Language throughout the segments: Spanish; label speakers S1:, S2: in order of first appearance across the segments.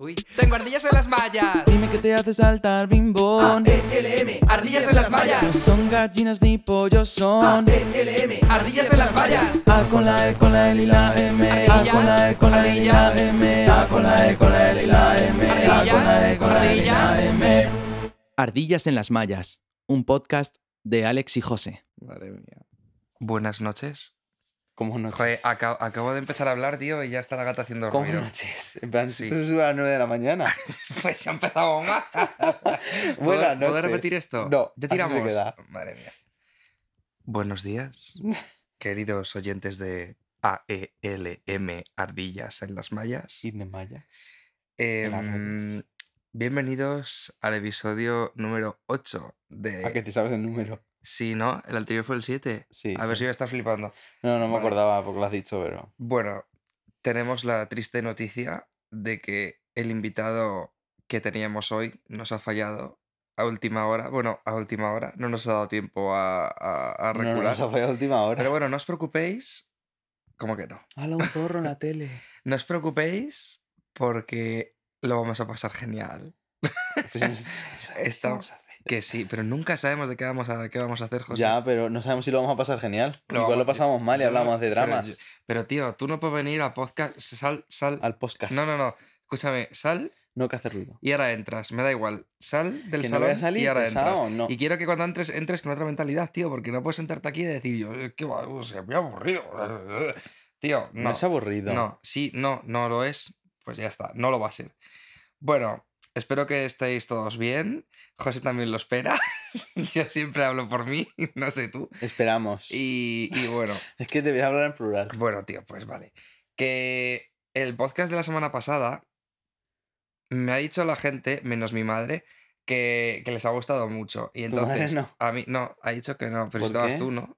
S1: Uy. Tengo ardillas en las mallas.
S2: Dime que te hace saltar bimbón.
S1: AELM. Ardillas en las
S2: No
S1: mallas.
S2: son gallinas ni pollos, son.
S1: AELM. Ardillas en las mallas.
S2: A con la E, con la L y la M. A con la E, con la L y la M. A con la E, con la L y la M. A con la E, con la L y la M. Ardillas en las mallas. Un podcast de Alex y José.
S3: Madre mía.
S1: Buenas noches.
S3: ¿Cómo noches?
S1: Joder, aca- acabo de empezar a hablar, tío, y ya está la gata haciendo
S3: ¿Cómo
S1: ruido.
S3: noches? En plan,
S1: Sí.
S3: esto es a las 9 de la mañana.
S1: Pues se ha empezado más.
S3: Buenas
S1: ¿Puedo, ¿Puedo
S3: noches.
S1: repetir esto?
S3: No,
S1: Ya
S3: así se
S1: tiramos.
S3: queda.
S1: Madre mía. Buenos días, queridos oyentes de AELM Ardillas en las Mallas.
S3: Y de Maya.
S1: Em,
S3: las redes.
S1: bienvenidos al episodio número 8 de...
S3: ¿A que te sabes el número?
S1: Sí, ¿no? El anterior fue el 7.
S3: Sí.
S1: a ver
S3: sí.
S1: si voy a estar flipando.
S3: No, no me
S1: Vale.
S3: acordaba porque lo has dicho, pero.
S1: Bueno, tenemos la triste noticia de que el invitado que teníamos hoy nos ha fallado a última hora. Bueno, a última hora. No nos ha dado tiempo a, a, a
S3: No, no,
S1: recular.
S3: nos ha fallado a última hora.
S1: Pero bueno, no os preocupéis. ¿Cómo que no?
S3: Hala, un zorro en la tele.
S1: No os preocupéis porque lo vamos a pasar genial.
S3: Pues no sé- ¿qué
S1: Está-
S3: vamos a hacer?
S1: Que sí, pero nunca sabemos de qué vamos a, qué vamos a hacer, José.
S3: Ya, pero no sabemos si lo vamos a pasar genial.
S1: Lo
S3: Igual
S1: vamos-
S3: lo pasamos mal y
S1: Yo no-
S3: hablamos de
S1: pero
S3: dramas.
S1: yo- Pero, tío, tú no puedes venir a podcast. Sal, sal.
S3: Al podcast.
S1: No, no, no. Escúchame, sal
S3: No que hace ruido.
S1: y ahora entras. Me da igual. Sal del
S3: Que no voy
S1: salón
S3: a salir
S1: y ahora entras.
S3: pesado, no.
S1: Y quiero que cuando entres, entres con otra mentalidad, tío, porque no puedes sentarte aquí y decir yo, "Eh, qué va, o sea, me he aburrido. Tío,
S3: No
S1: no.
S3: es aburrido.
S1: No, sí, no, no lo es. Pues ya está, no lo va a ser. Bueno, espero que estéis todos bien. José también lo espera. yo siempre hablo por mí, no sé tú.
S3: Esperamos.
S1: Y, y bueno,
S3: Es que debería hablar en plural.
S1: bueno, tío, pues vale. Que el podcast de la semana pasada me ha dicho la gente, menos mi madre, que, que les ha gustado mucho. Y
S3: Tu madre
S1: entonces,
S3: no.
S1: a mí, no, ha dicho que no, pero
S3: ¿Por
S1: si estabas
S3: qué?
S1: tú, ¿no?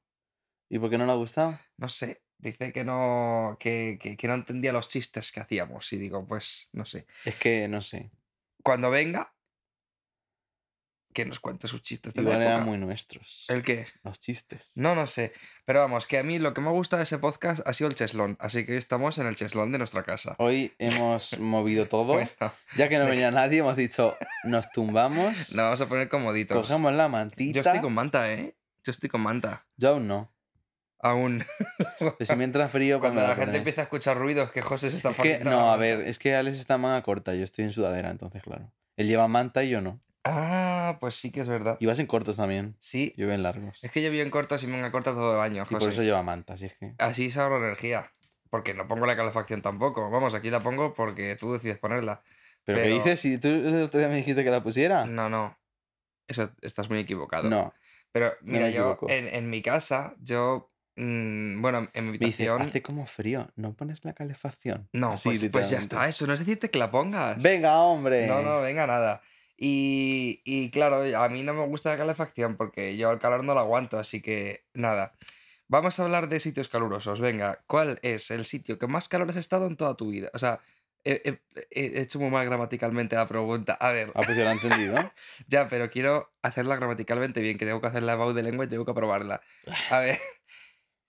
S3: ¿Y por qué no le ha gustado?
S1: No sé. Dice que no, que, que- que no entendía los chistes que hacíamos. Y digo, pues, no sé.
S3: Es que no sé.
S1: Cuando venga, que nos cuente sus chistes de
S3: Igual
S1: la época.
S3: eran muy nuestros.
S1: ¿El qué?
S3: Los chistes.
S1: No, no sé. Pero vamos, que a mí lo que me ha gustado de ese podcast ha sido el cheslón. Así que hoy estamos en el cheslón de nuestra casa.
S3: Hoy hemos movido todo.
S1: Bueno.
S3: Ya que no venía nadie, hemos dicho, nos tumbamos,
S1: Nos vamos a poner comoditos.
S3: cogemos la mantita.
S1: Yo estoy con manta, ¿eh? Yo estoy con manta.
S3: Yo aún no.
S1: Aún.
S3: Pero si me entra frío, pues
S1: Cuando
S3: me
S1: la
S3: la
S1: gente
S3: pondré.
S1: empieza a escuchar ruidos que José se está
S3: Es que,
S1: poniendo
S3: no,
S1: la
S3: a ver, es que Alex está en manga corta, yo estoy en sudadera, entonces, claro. Él lleva manta y yo no.
S1: manta. Ah, pues sí que es verdad.
S3: Y vas en cortos también.
S1: Sí.
S3: Yo voy en largos.
S1: Es que yo vivo en corto y manga corta todo el año,
S3: Y
S1: José. Ah,
S3: por eso lleva manta, así es que.
S1: Así se ahorra energía. Porque no pongo la calefacción tampoco. Vamos, aquí la pongo porque tú decides ponerla.
S3: ¿Pero, qué
S1: pero-
S3: dices? Si tú el otro día me dijiste que la pusiera.
S1: No, no. Eso estás muy equivocado.
S3: Ah. No.
S1: Pero
S3: me
S1: mira, yo
S3: equivoco.
S1: en, en mi casa, yo. mm, bueno, en mi
S3: Me dice,
S1: habitación.
S3: hace como frío, no pones la calefacción.
S1: No,
S3: Así,
S1: pues, pues ya
S3: literalmente.
S1: está. Eso no es decirte que la pongas.
S3: Venga, hombre.
S1: No, no, venga, nada. Y, y claro, a mí no me gusta la calefacción porque yo al calor no lo aguanto, así que nada. Vamos a hablar de sitios calurosos. Venga, ¿cuál es el sitio que más calor has estado en toda tu vida? O sea, he, he- he hecho muy mal gramaticalmente la pregunta. A ver,
S3: Ah, pues yo lo he entendido.
S1: ya, pero quiero hacerla gramaticalmente bien, que tengo que hacer la bau de lengua y tengo que probarla. A ver,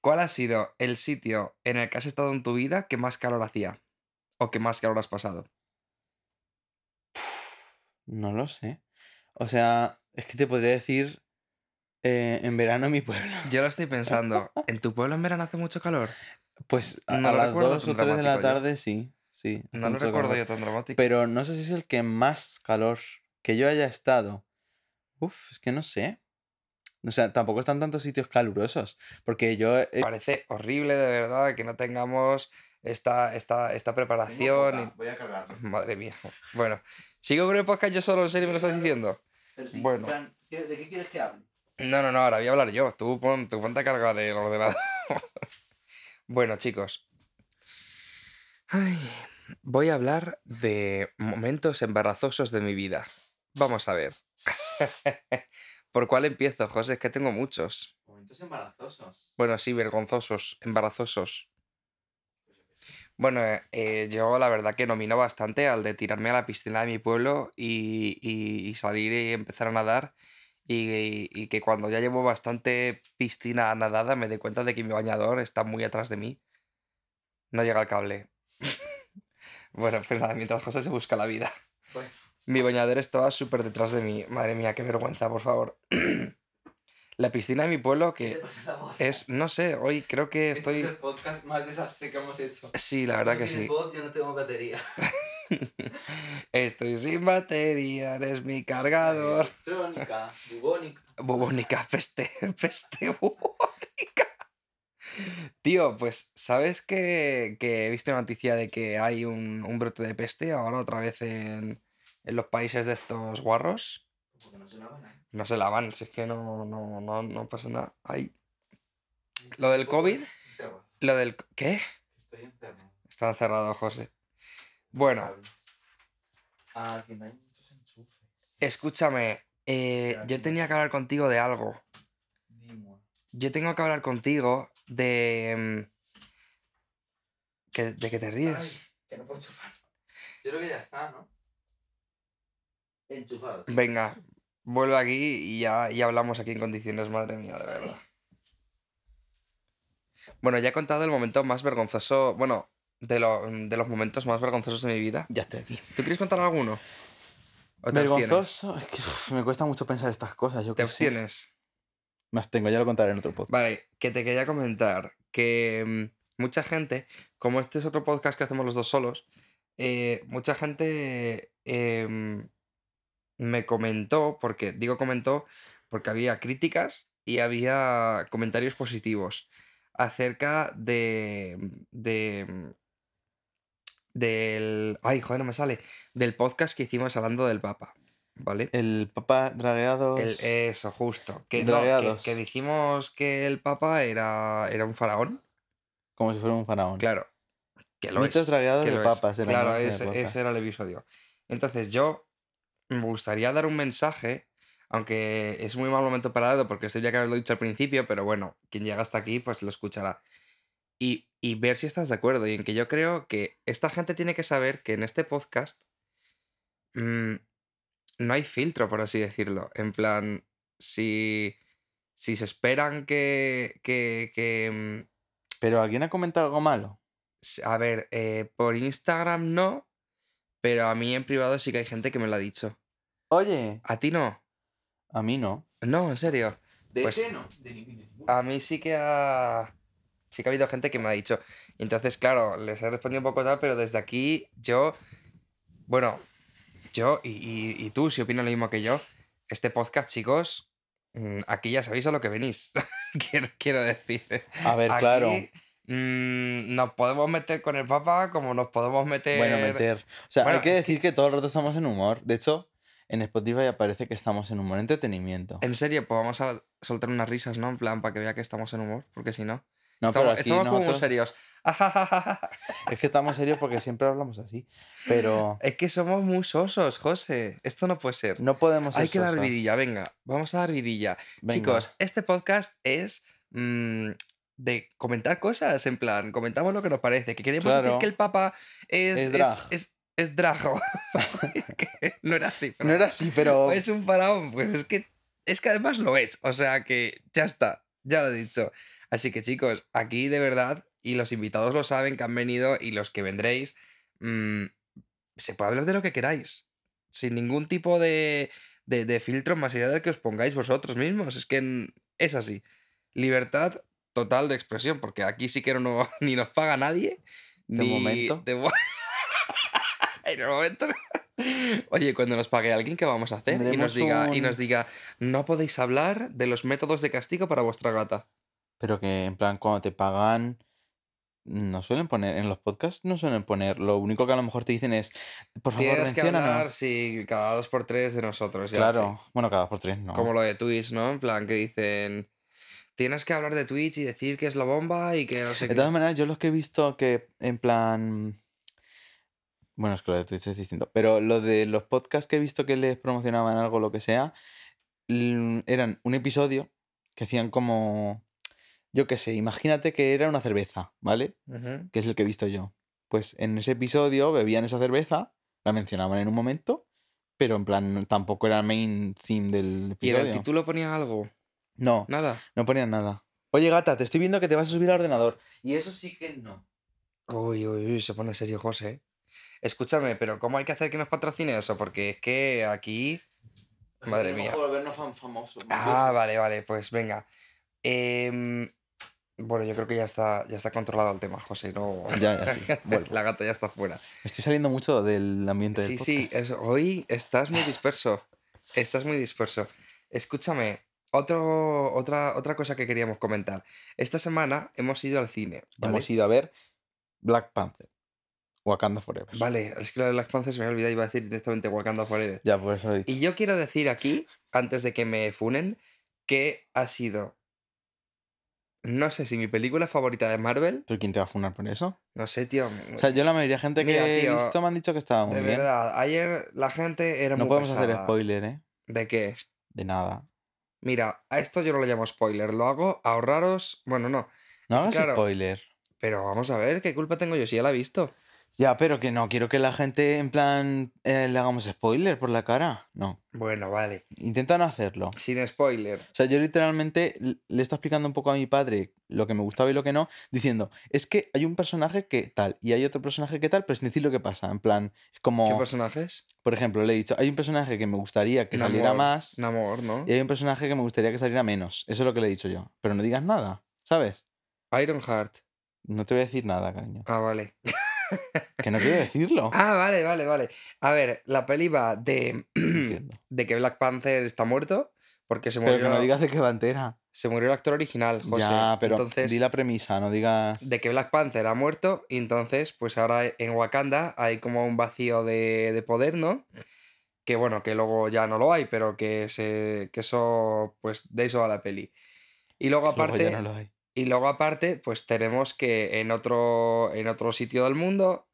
S1: ¿cuál ha sido el sitio en el que has estado en tu vida que más calor hacía? ¿O que más calor has pasado?
S3: No lo sé. O sea, es que te podría decir eh, en verano en mi pueblo.
S1: Yo lo estoy pensando. ¿En tu pueblo en verano hace mucho calor?
S3: Pues a,
S1: No
S3: a
S1: lo
S3: las
S1: recuerdo
S3: 2 o
S1: tan
S3: 3 de la
S1: dramático yo.
S3: tarde sí. Sí. hace
S1: No lo
S3: mucho
S1: recuerdo
S3: calor.
S1: yo tan dramático.
S3: Pero no sé si es el que más calor que yo haya estado. Uf, es que no sé. O sea, tampoco están tantos sitios calurosos. Porque yo. he-
S1: Parece horrible de verdad que no tengamos esta, esta, esta preparación.
S3: Voy a cargarlo.
S1: y- Madre mía. Bueno, sigo con el podcast yo solo, en serio me lo estás diciendo. sí, Bueno.
S3: ¿De qué quieres que hable?
S1: No, no, no, ahora voy a hablar yo. Tú, pon, tú ponte a cargar el ordenador. bueno, chicos. Ay, voy a hablar de momentos embarazosos de mi vida. Vamos a ver. ¿Por cuál empiezo, José? Es que tengo muchos.
S3: Momentos embarazosos.
S1: Bueno, sí, vergonzosos, embarazosos. Bueno, eh, eh, yo la verdad que nomino bastante al de tirarme a la piscina de mi pueblo y, y- y salir y empezar a nadar. Y, y que cuando ya llevo bastante piscina nadada me dé cuenta de que mi bañador está muy atrás de mí. No llega el cable. Bueno, pues nada, mientras José se busca la vida. Mi bañadera estaba súper detrás de mí. Madre mía, qué vergüenza, por favor. la piscina de mi pueblo, que es, no sé, hoy creo que
S3: Este es
S1: estoy...
S3: el podcast más desastre que hemos hecho.
S1: Sí, la verdad
S3: No
S1: que
S3: tienes
S1: sí.
S3: voz, yo no tengo batería.
S1: Estoy sin batería, eres mi cargador.
S3: Electrónica, bubónica.
S1: Bubónica, peste, peste bubónica. Tío, pues, ¿sabes que, que he visto una noticia de que hay un, un brote de peste ahora otra vez en, en los países de estos guarros?
S3: Porque no se lavan, ¿eh?
S1: No se lavan, si es que no, no, no, no pasa nada. Ay. Lo del COVID,
S3: Enfermo,
S1: lo del... ¿Qué?
S3: Estoy enfermo.
S1: Está encerrado, José. Bueno,
S3: Ah, que no hay muchos enchufes.
S1: escúchame, eh, yo tenía que hablar contigo de algo.
S3: Dimo.
S1: Yo tengo que hablar contigo de. mm, que- ¿De que te
S3: Ay,
S1: ríes?
S3: que no puedo enchufar. Yo creo que ya está, ¿no? Enchufado. chicos.
S1: Venga, vuelve aquí y ya, ya hablamos aquí en condiciones, madre mía, de verdad. Bueno, ya he contado el momento más vergonzoso. Bueno, de, lo- mm, de los momentos más vergonzosos de mi vida.
S3: Ya estoy aquí.
S1: ¿Tú quieres contar alguno? ¿O te abstienes?
S3: Vergonzoso. Es que uf, me cuesta mucho pensar estas cosas. Yo
S1: ¿Te
S3: qué sé.
S1: abstienes?
S3: Me abstengo, ya lo contaré en otro podcast.
S1: Vale, que te quería comentar que mm, mucha gente, como este es otro podcast que hacemos los dos solos, eh, mucha gente em, me comentó, porque digo comentó, porque había críticas y había comentarios positivos acerca de. mm, de. mm, del. Ay, joder, no me sale. Del podcast que hicimos hablando del Papa, ¿vale?
S3: El papá dragueado.
S1: El- eh, eso, justo. Que, no, que-
S3: Dragueados.
S1: que dijimos que el Papa era, era un faraón.
S3: Como si fuera un faraón.
S1: Claro. Que lo
S3: Mitos
S1: es.
S3: dragueados
S1: que
S3: de
S1: lo es.
S3: papas. era el
S1: Claro,
S3: nombre del
S1: ese,
S3: podcast.
S1: ese era el episodio. Entonces, yo me gustaría dar un mensaje, aunque es muy mal momento para darlo, porque esto ya que haberlo dicho al principio, pero bueno, quien llega hasta aquí, pues lo escuchará. Y, y ver si estás de acuerdo y en que yo creo que esta gente tiene que saber que en este podcast mm, no hay filtro, por así decirlo. En plan, si, si se esperan que, que, que mm,
S3: Pero alguien ha comentado algo malo.
S1: S- A ver, eh, por Instagram no, pero a mí en privado sí que hay gente que me lo ha dicho.
S3: Oye,
S1: ¿A ti no?
S3: a mí no.
S1: No, en serio.
S3: De
S1: Pues-
S3: ese no. De ninguno.
S1: A mí sí que ha... Sí que ha habido gente que me ha dicho. Y entonces, claro, les he respondido un poco tal, pero desde aquí yo... Bueno, yo y, y- y tú, si opinas lo mismo que yo, este podcast, chicos, mm, aquí ya sabéis a lo que venís. quiero, quiero decir.
S3: A ver,
S1: Ah, Aquí,
S3: claro.
S1: mm, nos podemos meter con el Papa como nos podemos meter...
S3: Bueno, meter. O
S1: Eh,
S3: sea,
S1: Bueno,
S3: hay que
S1: es
S3: decir que... todo el rato estamos en humor. De hecho, en Spotify aparece que estamos en humor entretenimiento.
S1: En serio, pues vamos a soltar unas risas, ¿no? En plan, para que vea que estamos en humor, porque si no.
S3: No,
S1: estamos
S3: pero aquí
S1: estamos como muy
S3: nosotros-
S1: serios.
S3: Es que estamos serios porque siempre hablamos así. Pero
S1: es que somos muy sosos, José. Esto no puede ser.
S3: no podemos ser
S1: Hay que dar
S3: sosos.
S1: vidilla, venga. Vamos a dar vidilla.
S3: Venga.
S1: Chicos, este podcast es mm, de comentar cosas, en plan, comentamos lo que nos parece. Que queremos
S3: Claro.
S1: decir que el Papa es.
S3: Es drag.
S1: Es, es drago. Que no era así, pero.
S3: No era así, pero
S1: Es un faraón, pues es que, es que además lo es. O sea que ya está, ya lo he dicho. Así que chicos, aquí de verdad, y los invitados lo saben que han venido y los que vendréis, mm, se puede hablar de lo que queráis. Sin ningún tipo de, de, de filtro más allá del que os pongáis vosotros mismos. Es que mm, es así. Libertad total de expresión, porque aquí sí que no, no- ni nos paga nadie.
S3: De
S1: ni-
S3: momento.
S1: de mo- en el momento. Oye, cuando nos pague alguien, ¿qué vamos a hacer? Y nos,
S3: Tendremos
S1: diga, y
S3: un-
S1: nos diga, no podéis hablar de los métodos de castigo para vuestra gata.
S3: pero que en plan cuando te pagan no suelen poner en los podcasts no suelen poner. Lo único que a lo mejor te dicen es por favor
S1: Tienes que hablar,
S3: menciónanos.
S1: sí, cada dos por tres de nosotros. ya,
S3: claro, bueno, cada dos por tres no.
S1: sí. Como lo de Twitch, ¿no? En plan, que dicen, tienes que hablar de Twitch y decir que es la bomba y que no sé
S3: De
S1: qué.
S3: todas maneras, yo los que he visto que en plan. Bueno, es que lo de Twitch es distinto. Pero lo de los podcasts que he visto que les promocionaban algo, lo que sea, l- eran un episodio que hacían como. Yo qué sé, imagínate que era una cerveza, ¿vale?
S1: Ujú.
S3: Que es el que he visto yo. Pues en ese episodio bebían esa cerveza, la mencionaban en un momento, pero en plan no- tampoco era main theme del
S1: Y en
S3: episodio.
S1: el título ponía algo.
S3: No,
S1: Nada.
S3: no ponían nada. Oye, gata, te estoy viendo que te vas a subir al ordenador. Y eso sí que no.
S1: Uy, uy, uy, se pone serio José. ¿eh? Escúchame, pero ¿cómo hay que hacer que nos patrocine eso? Porque es que aquí. Madre mía.
S3: volvernos fan famosos.
S1: Ah, vale, vale, pues venga. Em, bueno, yo creo que ya está, ya está controlado el tema, José. No...
S3: Ya, ya, sí. Vuelvo.
S1: La gata ya está fuera.
S3: Estoy saliendo mucho del ambiente
S1: Sí,
S3: del
S1: sí, eh,
S3: podcast.
S1: es- hoy estás muy disperso. Estás muy disperso. Escúchame, otro, otra, otra cosa que queríamos comentar. Esta semana hemos ido al cine. ¿vale?
S3: Hemos ido a ver Black Panther. Wakanda Forever.
S1: Vale, es que lo de las panzas me olvidé, iba a decir directamente Wakanda Forever.
S3: Ya, por eso lo he dicho.
S1: Y yo quiero decir aquí, antes de que me funen, que ha sido. No sé si mi película favorita de Marvel.
S3: ¿Pero quién te va a funar por eso?
S1: No sé, tío.
S3: O sea, yo la mayoría de gente que
S1: Pues Mira,
S3: he
S1: tío,
S3: visto me han dicho que estaba muy
S1: de
S3: bien.
S1: verdad, ayer la gente era
S3: No
S1: muy
S3: podemos hacer
S1: pesada.
S3: spoiler, ¿eh?
S1: ¿De qué?
S3: De nada.
S1: Mira, a esto yo no lo llamo spoiler, lo hago ahorraros. Bueno, no.
S3: No hagas
S1: claro.
S3: spoiler.
S1: Pero vamos a ver, ¿qué culpa tengo yo si ya la he visto?
S3: Ya, pero que no quiero que la gente, en plan, eh, le hagamos spoiler por la cara. No.
S1: Bueno, vale.
S3: Intenta no hacerlo.
S1: Sin spoiler.
S3: O sea, yo literalmente l- le estaba explicando un poco a mi padre lo que me gustaba y lo que no, diciendo, es que hay un personaje que tal y hay otro personaje que tal, pero sin decir lo que pasa. En plan, es
S1: ¿Qué
S3: como,
S1: personajes?
S3: por ejemplo, le he dicho, hay un personaje que me gustaría que saliera
S1: Namor.
S3: más
S1: Namor, ¿no?
S3: y hay un personaje que me gustaría que saliera menos. Eso es lo que le he dicho yo. Pero no digas nada, ¿sabes? Eh.
S1: Ironheart.
S3: No te voy a decir nada, cariño.
S1: Ah, vale.
S3: Que no quiero decirlo.
S1: Ah, vale, vale, vale. A ver, la peli va de,
S3: Entiendo.
S1: de que Black Panther está muerto porque se
S3: Pero que
S1: murió,
S3: no digas de qué va entera.
S1: se murió el actor original, José.
S3: ya, pero
S1: entonces,
S3: di la premisa, no digas...
S1: de que Black Panther ha muerto y entonces, pues ahora en Wakanda hay como un vacío de, de poder, ¿no? Que bueno, que luego ya no lo hay, pero que, se, que eso, pues de eso va la peli. Y luego
S3: Luego
S1: aparte...
S3: ya no lo hay.
S1: Y luego aparte, pues tenemos que en otro, en otro sitio del mundo,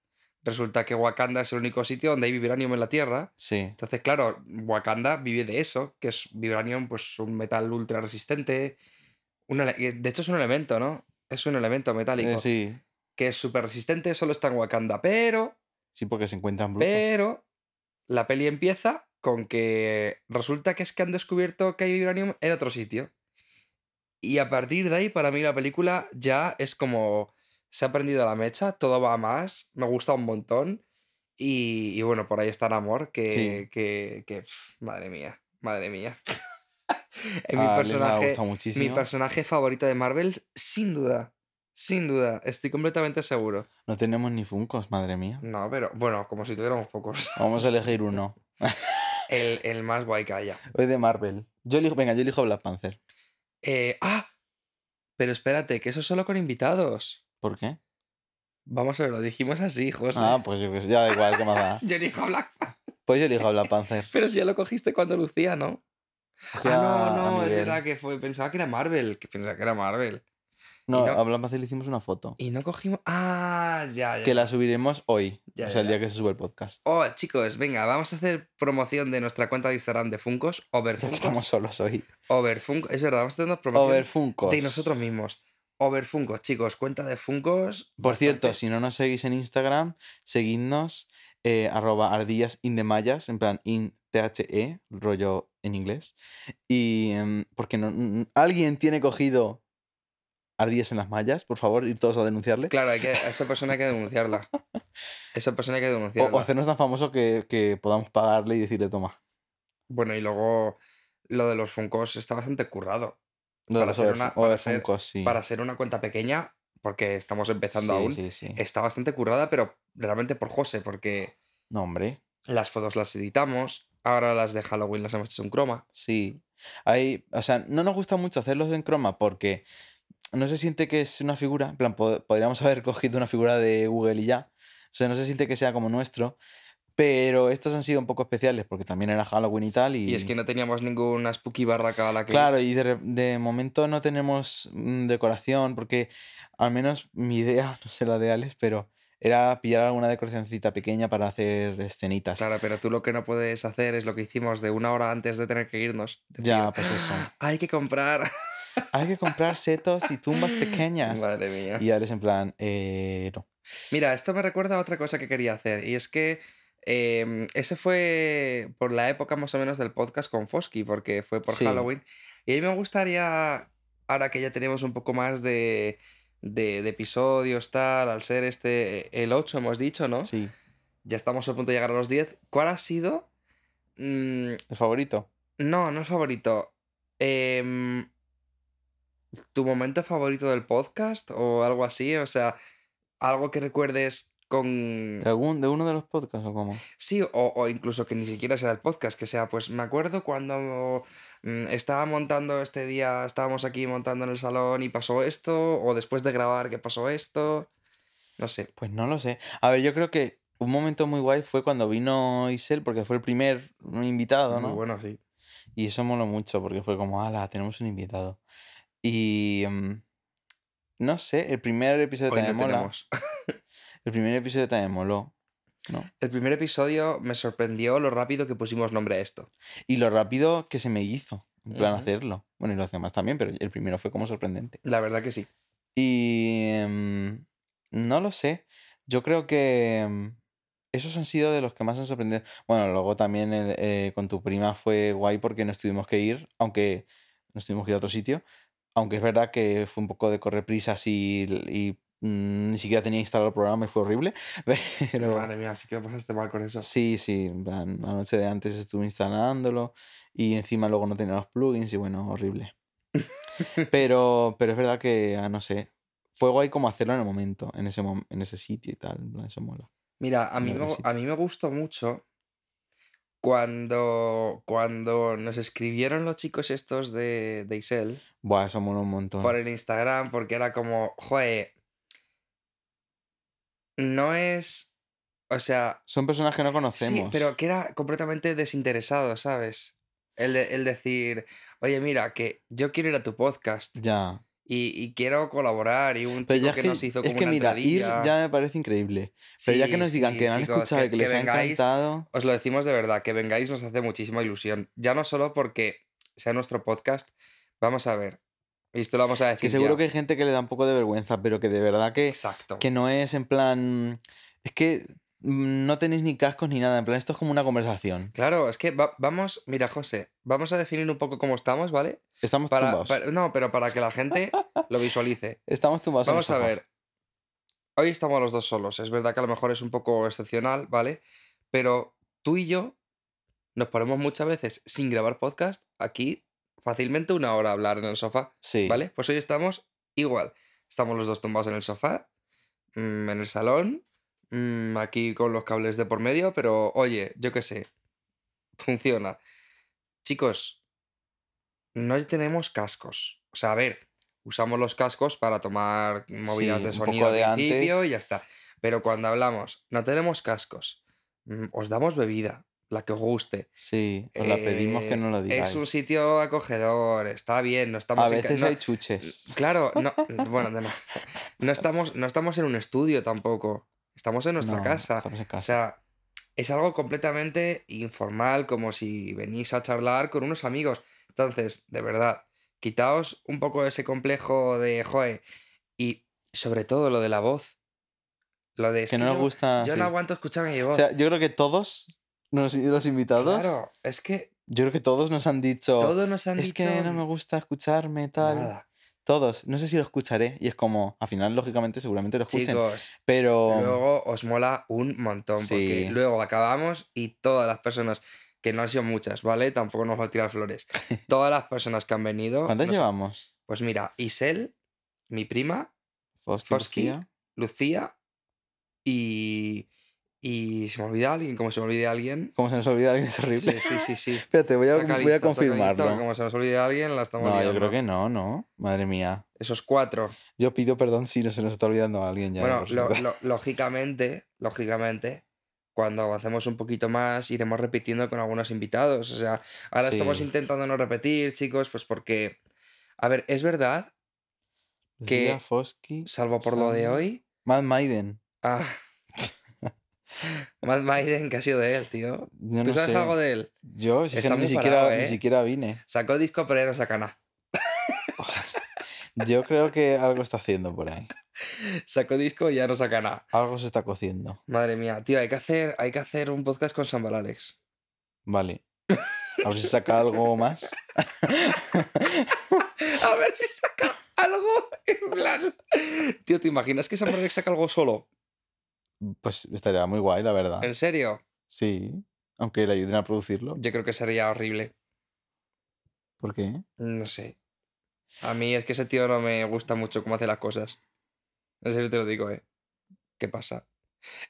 S1: resulta que Wakanda es el único sitio donde hay vibranium en la Tierra.
S3: Sí.
S1: Entonces, claro, Wakanda vive de eso, que es vibranium, pues un metal ultra resistente. Un ele- y de hecho, es un elemento, ¿no? Es un elemento metálico.
S3: Eh, sí.
S1: Que es súper resistente, solo está en Wakanda. Pero,
S3: Sí, porque se encuentran brutos.
S1: pero, la peli empieza con que resulta que es que han descubierto que hay vibranium en otro sitio. Y a partir de ahí, para mí la película ya es como. Se ha prendido la mecha, todo va a más, me gusta un montón. Y, y bueno, por ahí está el amor, que.
S3: Sí.
S1: que, que, pf, madre mía, madre mía. Es mi
S3: A Alex le Ah, ha
S1: personaje.
S3: gustado muchísimo.
S1: Mi personaje favorito de Marvel, sin duda. Sin duda, estoy completamente seguro.
S3: No tenemos ni Funcos, madre mía.
S1: No, pero bueno, como si tuviéramos pocos.
S3: Vamos a elegir uno.
S1: El, el más guay que haya.
S3: Hoy de Marvel. Yo elijo, venga, yo elijo Black Panther.
S1: Eh, ¡Ah! Pero espérate, que eso es solo con invitados.
S3: ¿Por qué?
S1: Vamos a ver, lo dijimos así, José.
S3: Ah, pues yo qué sé, ya da igual, ¿qué más da?
S1: Yo dijo Black Panther.
S3: Pues yo elijo Black Panther.
S1: Pero si ya lo cogiste cuando Lucía, ¿no?
S3: Cogí
S1: Ah, no,
S3: a- a
S1: no, es
S3: Miguel.
S1: verdad que fue. Pensaba que era Marvel. Que pensaba que era Marvel.
S3: No,
S1: y no-
S3: a Black Panther le hicimos una foto.
S1: Y no cogimos. ¡Ah! Ya, ya.
S3: Que la subiremos hoy.
S1: Ya,
S3: o sea, el
S1: ya,
S3: día que se sube el podcast.
S1: Oh, chicos, venga, vamos a hacer promoción de nuestra cuenta de Instagram de Funcos.
S3: Porque
S1: Overfuncos.
S3: estamos solos hoy.
S1: Overfunko, es verdad, vamos haciendo promoción
S3: Over Funcos.
S1: de nosotros mismos. Overfunko, chicos, cuenta de Funcos.
S3: Por cierto, si no nos seguís en Instagram, seguidnos eh, arroba ardillas in the mayas, en plan in THE, rollo en inglés. Y em, porque no, n- alguien tiene cogido ardillas en las mallas, por favor, ir todos a denunciarle.
S1: Claro, hay que, a esa persona hay que denunciarla. Esa persona hay que
S3: O-
S1: denunciarla.
S3: o, hacernos tan famoso que, que podamos pagarle y decirle, toma.
S1: Bueno, y luego lo de los Funcos está bastante currado.
S3: lo de
S1: Para
S3: los
S1: ser
S3: over-
S1: una-
S3: over
S1: para ser-
S3: Funkos, sí.
S1: Para ser una cuenta pequeña, porque estamos empezando
S3: Sí,
S1: aún,
S3: sí, sí.
S1: está bastante currada, pero realmente por José, porque
S3: No, hombre.
S1: las fotos las editamos, ahora las de Halloween las hemos hecho en croma.
S3: Sí. Hay, o sea, no nos gusta mucho hacerlos en croma porque no se siente que es una figura. En plan, po- podríamos haber cogido una figura de Google y ya. O sea, no se siente que sea como nuestro. Pero estos han sido un poco especiales porque también era Halloween y tal. Y,
S1: Y es que no teníamos ninguna spooky barraca a la que...
S3: Claro, y de, re- de momento no tenemos mm, decoración porque al menos mi idea, no sé la de Alex, pero era pillar alguna decoracióncita pequeña para hacer escenitas.
S1: Claro, pero tú lo que no puedes hacer es lo que hicimos de una hora antes de tener que irnos. Decir,
S3: Ya, pues eso.
S1: Hay que comprar.
S3: Hay que comprar setos y tumbas pequeñas.
S1: Madre mía.
S3: Y Alex en plan, eh, no.
S1: Mira, esto me recuerda a otra cosa que quería hacer. Y es que em, ese fue por la época más o menos del podcast con Fosky, porque fue por
S3: Sí.
S1: Halloween. Y a mí me gustaría, ahora que ya tenemos un poco más de, de, de episodios, tal, al ser este, el 8 hemos dicho, ¿no?
S3: Sí.
S1: Ya estamos a punto de llegar a los 10. ¿Cuál ha sido? Mm,
S3: ¿El favorito?
S1: no, no es favorito. Em, ¿Tu momento favorito del podcast o algo así? O sea, algo que recuerdes con...
S3: ¿De, algún, ¿De uno de los podcasts o cómo?
S1: Sí, o, o incluso que ni siquiera sea el podcast, que sea, pues me acuerdo cuando mm, estaba montando este día, estábamos aquí montando en el salón y pasó esto, o después de grabar que pasó esto, no sé.
S3: Pues no lo sé. A ver, yo creo que un momento muy guay fue cuando vino Isel, porque fue el primer invitado, ¿no?
S1: Muy bueno, sí.
S3: Y eso moló mucho, porque fue como, ala, tenemos un invitado. Y... mm, no sé, el primer episodio
S1: Hoy no
S3: también mola.
S1: tenemos.
S3: El primer episodio también moló. ¿no?
S1: El primer episodio me sorprendió lo rápido que pusimos nombre a esto.
S3: Y lo rápido que se me hizo, en plan
S1: Ujú.
S3: hacerlo. Bueno, y los demás también, pero el primero fue como sorprendente.
S1: La verdad que sí.
S3: Y em, no lo sé. Yo creo que em, esos han sido de los que más han sorprendido. Bueno, luego también el, eh, con tu prima fue guay porque nos tuvimos que ir, aunque nos tuvimos que ir a otro sitio. Aunque es verdad que fue un poco de correr prisas y, y, mm, ni siquiera tenía instalado el programa y fue horrible. Pero
S1: Madre mía, sí que lo pasaste mal con eso.
S3: sí, sí, en plan, la noche de antes estuve instalándolo y encima luego no tenía los plugins y bueno, horrible. pero, pero es verdad que, ah, no sé, fue guay como hacerlo en el momento, en ese, mom- en ese sitio y tal, en plan, eso mola.
S1: Mira, a mí,
S3: Claro
S1: me,
S3: que
S1: gu-
S3: sí.
S1: a mí me gustó mucho cuando, cuando nos escribieron los chicos estos de, de Isel
S3: Buah, eso mola un montón.
S1: por el Instagram, porque era como, joe, no es, o sea,
S3: Son personas que no conocemos.
S1: sí, pero que era completamente desinteresado, ¿sabes? El, de- el decir, oye, mira, que yo quiero ir a tu podcast
S3: Ya.
S1: y, y quiero colaborar y un
S3: Pero
S1: chico
S3: ya es
S1: que, nos hizo
S3: es
S1: como
S3: que
S1: una
S3: mira, ir
S1: entradilla.
S3: ya me parece increíble. Pero ya que
S1: Sí,
S3: nos digan
S1: sí,
S3: que han
S1: chicos,
S3: escuchado y que, les ha
S1: vengáis,
S3: encantado.
S1: Os lo decimos de verdad, que vengáis nos hace muchísima ilusión. Ya no solo porque sea nuestro podcast, vamos a ver. Y esto lo vamos a decir.
S3: Que seguro
S1: ya.
S3: que hay gente que le da un poco de vergüenza, pero que de verdad que.
S1: Exacto.
S3: que no es en plan. Es que mm, no tenéis ni cascos ni nada. En plan, esto es como una conversación.
S1: Claro, es que va- vamos, mira, José, vamos a definir un poco cómo estamos, ¿vale?
S3: Estamos
S1: Para,
S3: tumbados.
S1: para- no, pero para que la gente lo visualice.
S3: Estamos tumbados. en el
S1: Vamos a
S3: sofá.
S1: ver. Hoy estamos los dos solos. Es verdad que a lo mejor es un poco excepcional, ¿vale? Pero tú y yo nos ponemos muchas veces sin grabar podcast aquí fácilmente una hora a hablar en el sofá.
S3: Sí.
S1: ¿Vale? Pues hoy estamos igual. Estamos los dos tumbados en el sofá, mm, en el salón, mm, aquí con los cables de por medio, pero oye, yo qué sé, funciona. Chicos, no tenemos cascos. O sea, a ver, usamos los cascos para tomar movidas
S3: Sí,
S1: de
S3: un poco
S1: sonido
S3: de
S1: al principio
S3: antes.
S1: y ya está. Pero cuando hablamos, no tenemos cascos. Mm, Os damos bebida, la que os guste.
S3: Sí. Os la pedimos que
S1: Eh,
S3: no lo digáis.
S1: Es un sitio acogedor, está bien, no estamos
S3: a
S1: en ca-
S3: veces
S1: no-
S3: hay chuches.
S1: Claro, no, bueno, no, no. No estamos, no estamos en un estudio tampoco. Estamos en nuestra
S3: No,
S1: casa.
S3: Estamos en
S1: O
S3: casa.
S1: sea, es algo completamente informal, como si venís a charlar con unos amigos. Entonces, de verdad, quitaos un poco ese complejo de joe. Y sobre todo lo de la voz. Lo de. "Es
S3: que no
S1: yo-
S3: nos gusta.
S1: Yo
S3: sí.
S1: no aguanto escuchar mi voz.
S3: O sea, yo creo que todos. Los, los invitados.
S1: claro, es que
S3: Yo creo que todos nos han dicho.
S1: todos nos han
S3: es
S1: dicho.
S3: que no me gusta escucharme, tal.
S1: nada".
S3: Todos. No sé si lo escucharé. Y es como, al final, lógicamente, seguramente lo escuchen.
S1: Chicos,
S3: pero.
S1: Luego os mola un montón, porque
S3: Sí.
S1: luego acabamos y todas las personas, que no han sido muchas, ¿vale? Tampoco nos vamos a tirar flores. Todas las personas que han venido.
S3: ¿Cuántas
S1: nos-
S3: llevamos?
S1: Pues mira, Isel, mi prima,
S3: Fosky,
S1: Fosky,
S3: Lucía.
S1: Lucía y. Y se me olvida alguien, como se me olvide alguien.
S3: Como se nos olvida alguien es horrible.
S1: Sí, sí, sí, sí.
S3: Espérate, voy a,
S1: Saca
S3: voy a
S1: lista, saca lista,
S3: confirmarlo.
S1: porque como se nos olvide alguien, la estamos
S3: No, yo
S1: liando.
S3: creo que no, no. Madre mía.
S1: Esos cuatro.
S3: Yo pido perdón si no se nos está olvidando a alguien ya.
S1: bueno,
S3: por
S1: lo-
S3: supuesto.
S1: lo- lógicamente, lógicamente, cuando avancemos un poquito más, iremos repitiendo con algunos invitados. O sea, ahora estamos
S3: Sí.
S1: intentando no repetir, chicos, pues porque. A ver, es verdad, que-
S3: Lucía, Fosky,
S1: salvo por lo de
S3: Sandra.
S1: hoy.
S3: Mad Maiden.
S1: Ah. Matt Maiden, que ha sido de él, tío.
S3: Yo
S1: ¿Tú
S3: no
S1: sabes
S3: sé.
S1: algo de él?
S3: Yo si es que
S1: Está
S3: ni
S1: muy
S3: siquiera,
S1: parado,
S3: ni
S1: ¿eh?
S3: siquiera vine.
S1: Sacó disco, pero ya no saca nada.
S3: Yo creo que algo está haciendo por ahí.
S1: Sacó disco y ya no saca nada.
S3: Algo se está cociendo.
S1: Madre mía, tío, hay que hacer, hay que hacer un podcast con Sambal Alex.
S3: Vale. A ver si saca algo más.
S1: A ver si saca algo en plan. Tío, ¿te imaginas que Sambal Alex saca algo solo?
S3: Pues estaría muy guay, la verdad.
S1: ¿En serio?
S3: Sí. Aunque le ayuden a producirlo.
S1: Yo creo que sería horrible.
S3: ¿Por qué?
S1: No sé. A mí es que ese tío no me gusta mucho cómo hace las cosas. En serio te lo digo, ¿eh? ¿Qué pasa?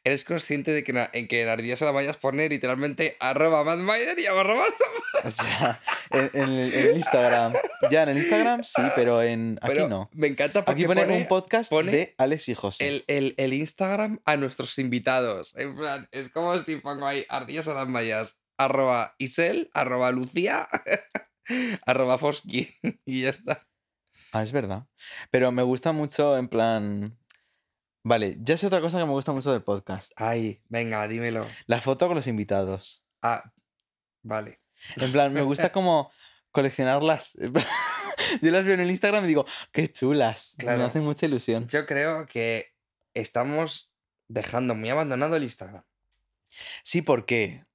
S1: ¿Eres consciente de que na- en que en Ardillas a la Mayas pone literalmente arroba Mad Mayer y arroba
S3: O sea, en, en el- en el Instagram. Ya, en el Instagram sí, pero en aquí
S1: Pero
S3: no.
S1: Me encanta porque
S3: Aquí pone, un podcast
S1: pone
S3: de Alex y José.
S1: el, el- el Instagram a nuestros invitados. En plan, es como si pongo ahí Ardillas a las Mayas, arroba Isel, arroba Lucía, arroba Fosky y ya está.
S3: Ah, es verdad. Pero me gusta mucho en plan... Vale, ya sé otra cosa que me gusta mucho del podcast.
S1: Ay, venga, dímelo.
S3: La foto con los invitados.
S1: Ah, vale.
S3: En plan, me gusta como coleccionarlas. En plan, Yo las veo en el Instagram y digo, qué chulas.
S1: Claro.
S3: Me hace mucha ilusión.
S1: Yo creo que estamos dejando muy abandonado el Instagram.
S3: Sí, porque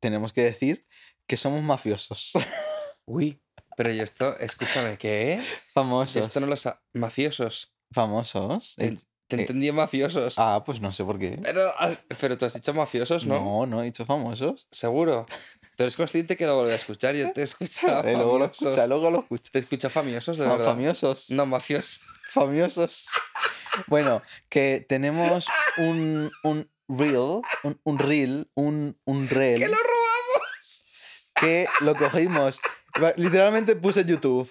S3: tenemos que decir que somos mafiosos.
S1: Uy, pero yo esto, escúchame, ¿qué?
S3: Famosos.
S1: Yo esto no lo sa- Mafiosos.
S3: Famosos.
S1: Te,
S3: Eh,
S1: te entendí en mafiosos.
S3: Ah, pues no sé por qué.
S1: Pero, has- pero tú has dicho mafiosos, ¿no?
S3: No, no he dicho famosos.
S1: Seguro. Tú eres consciente que lo volveré a escuchar. Yo te he escuchado.
S3: Eh, luego lo
S1: famiosos.
S3: escucha, luego lo escucha.
S1: Te he escuchado famiosos, de
S3: Fa-
S1: Ah, verdad.
S3: Famiosos.
S1: No, mafiosos.
S3: Famiosos. Bueno, que tenemos un, un reel, un, un reel, un, un reel.
S1: ¡Que lo robamos!
S3: que lo cogimos. Va- Literalmente puse YouTube.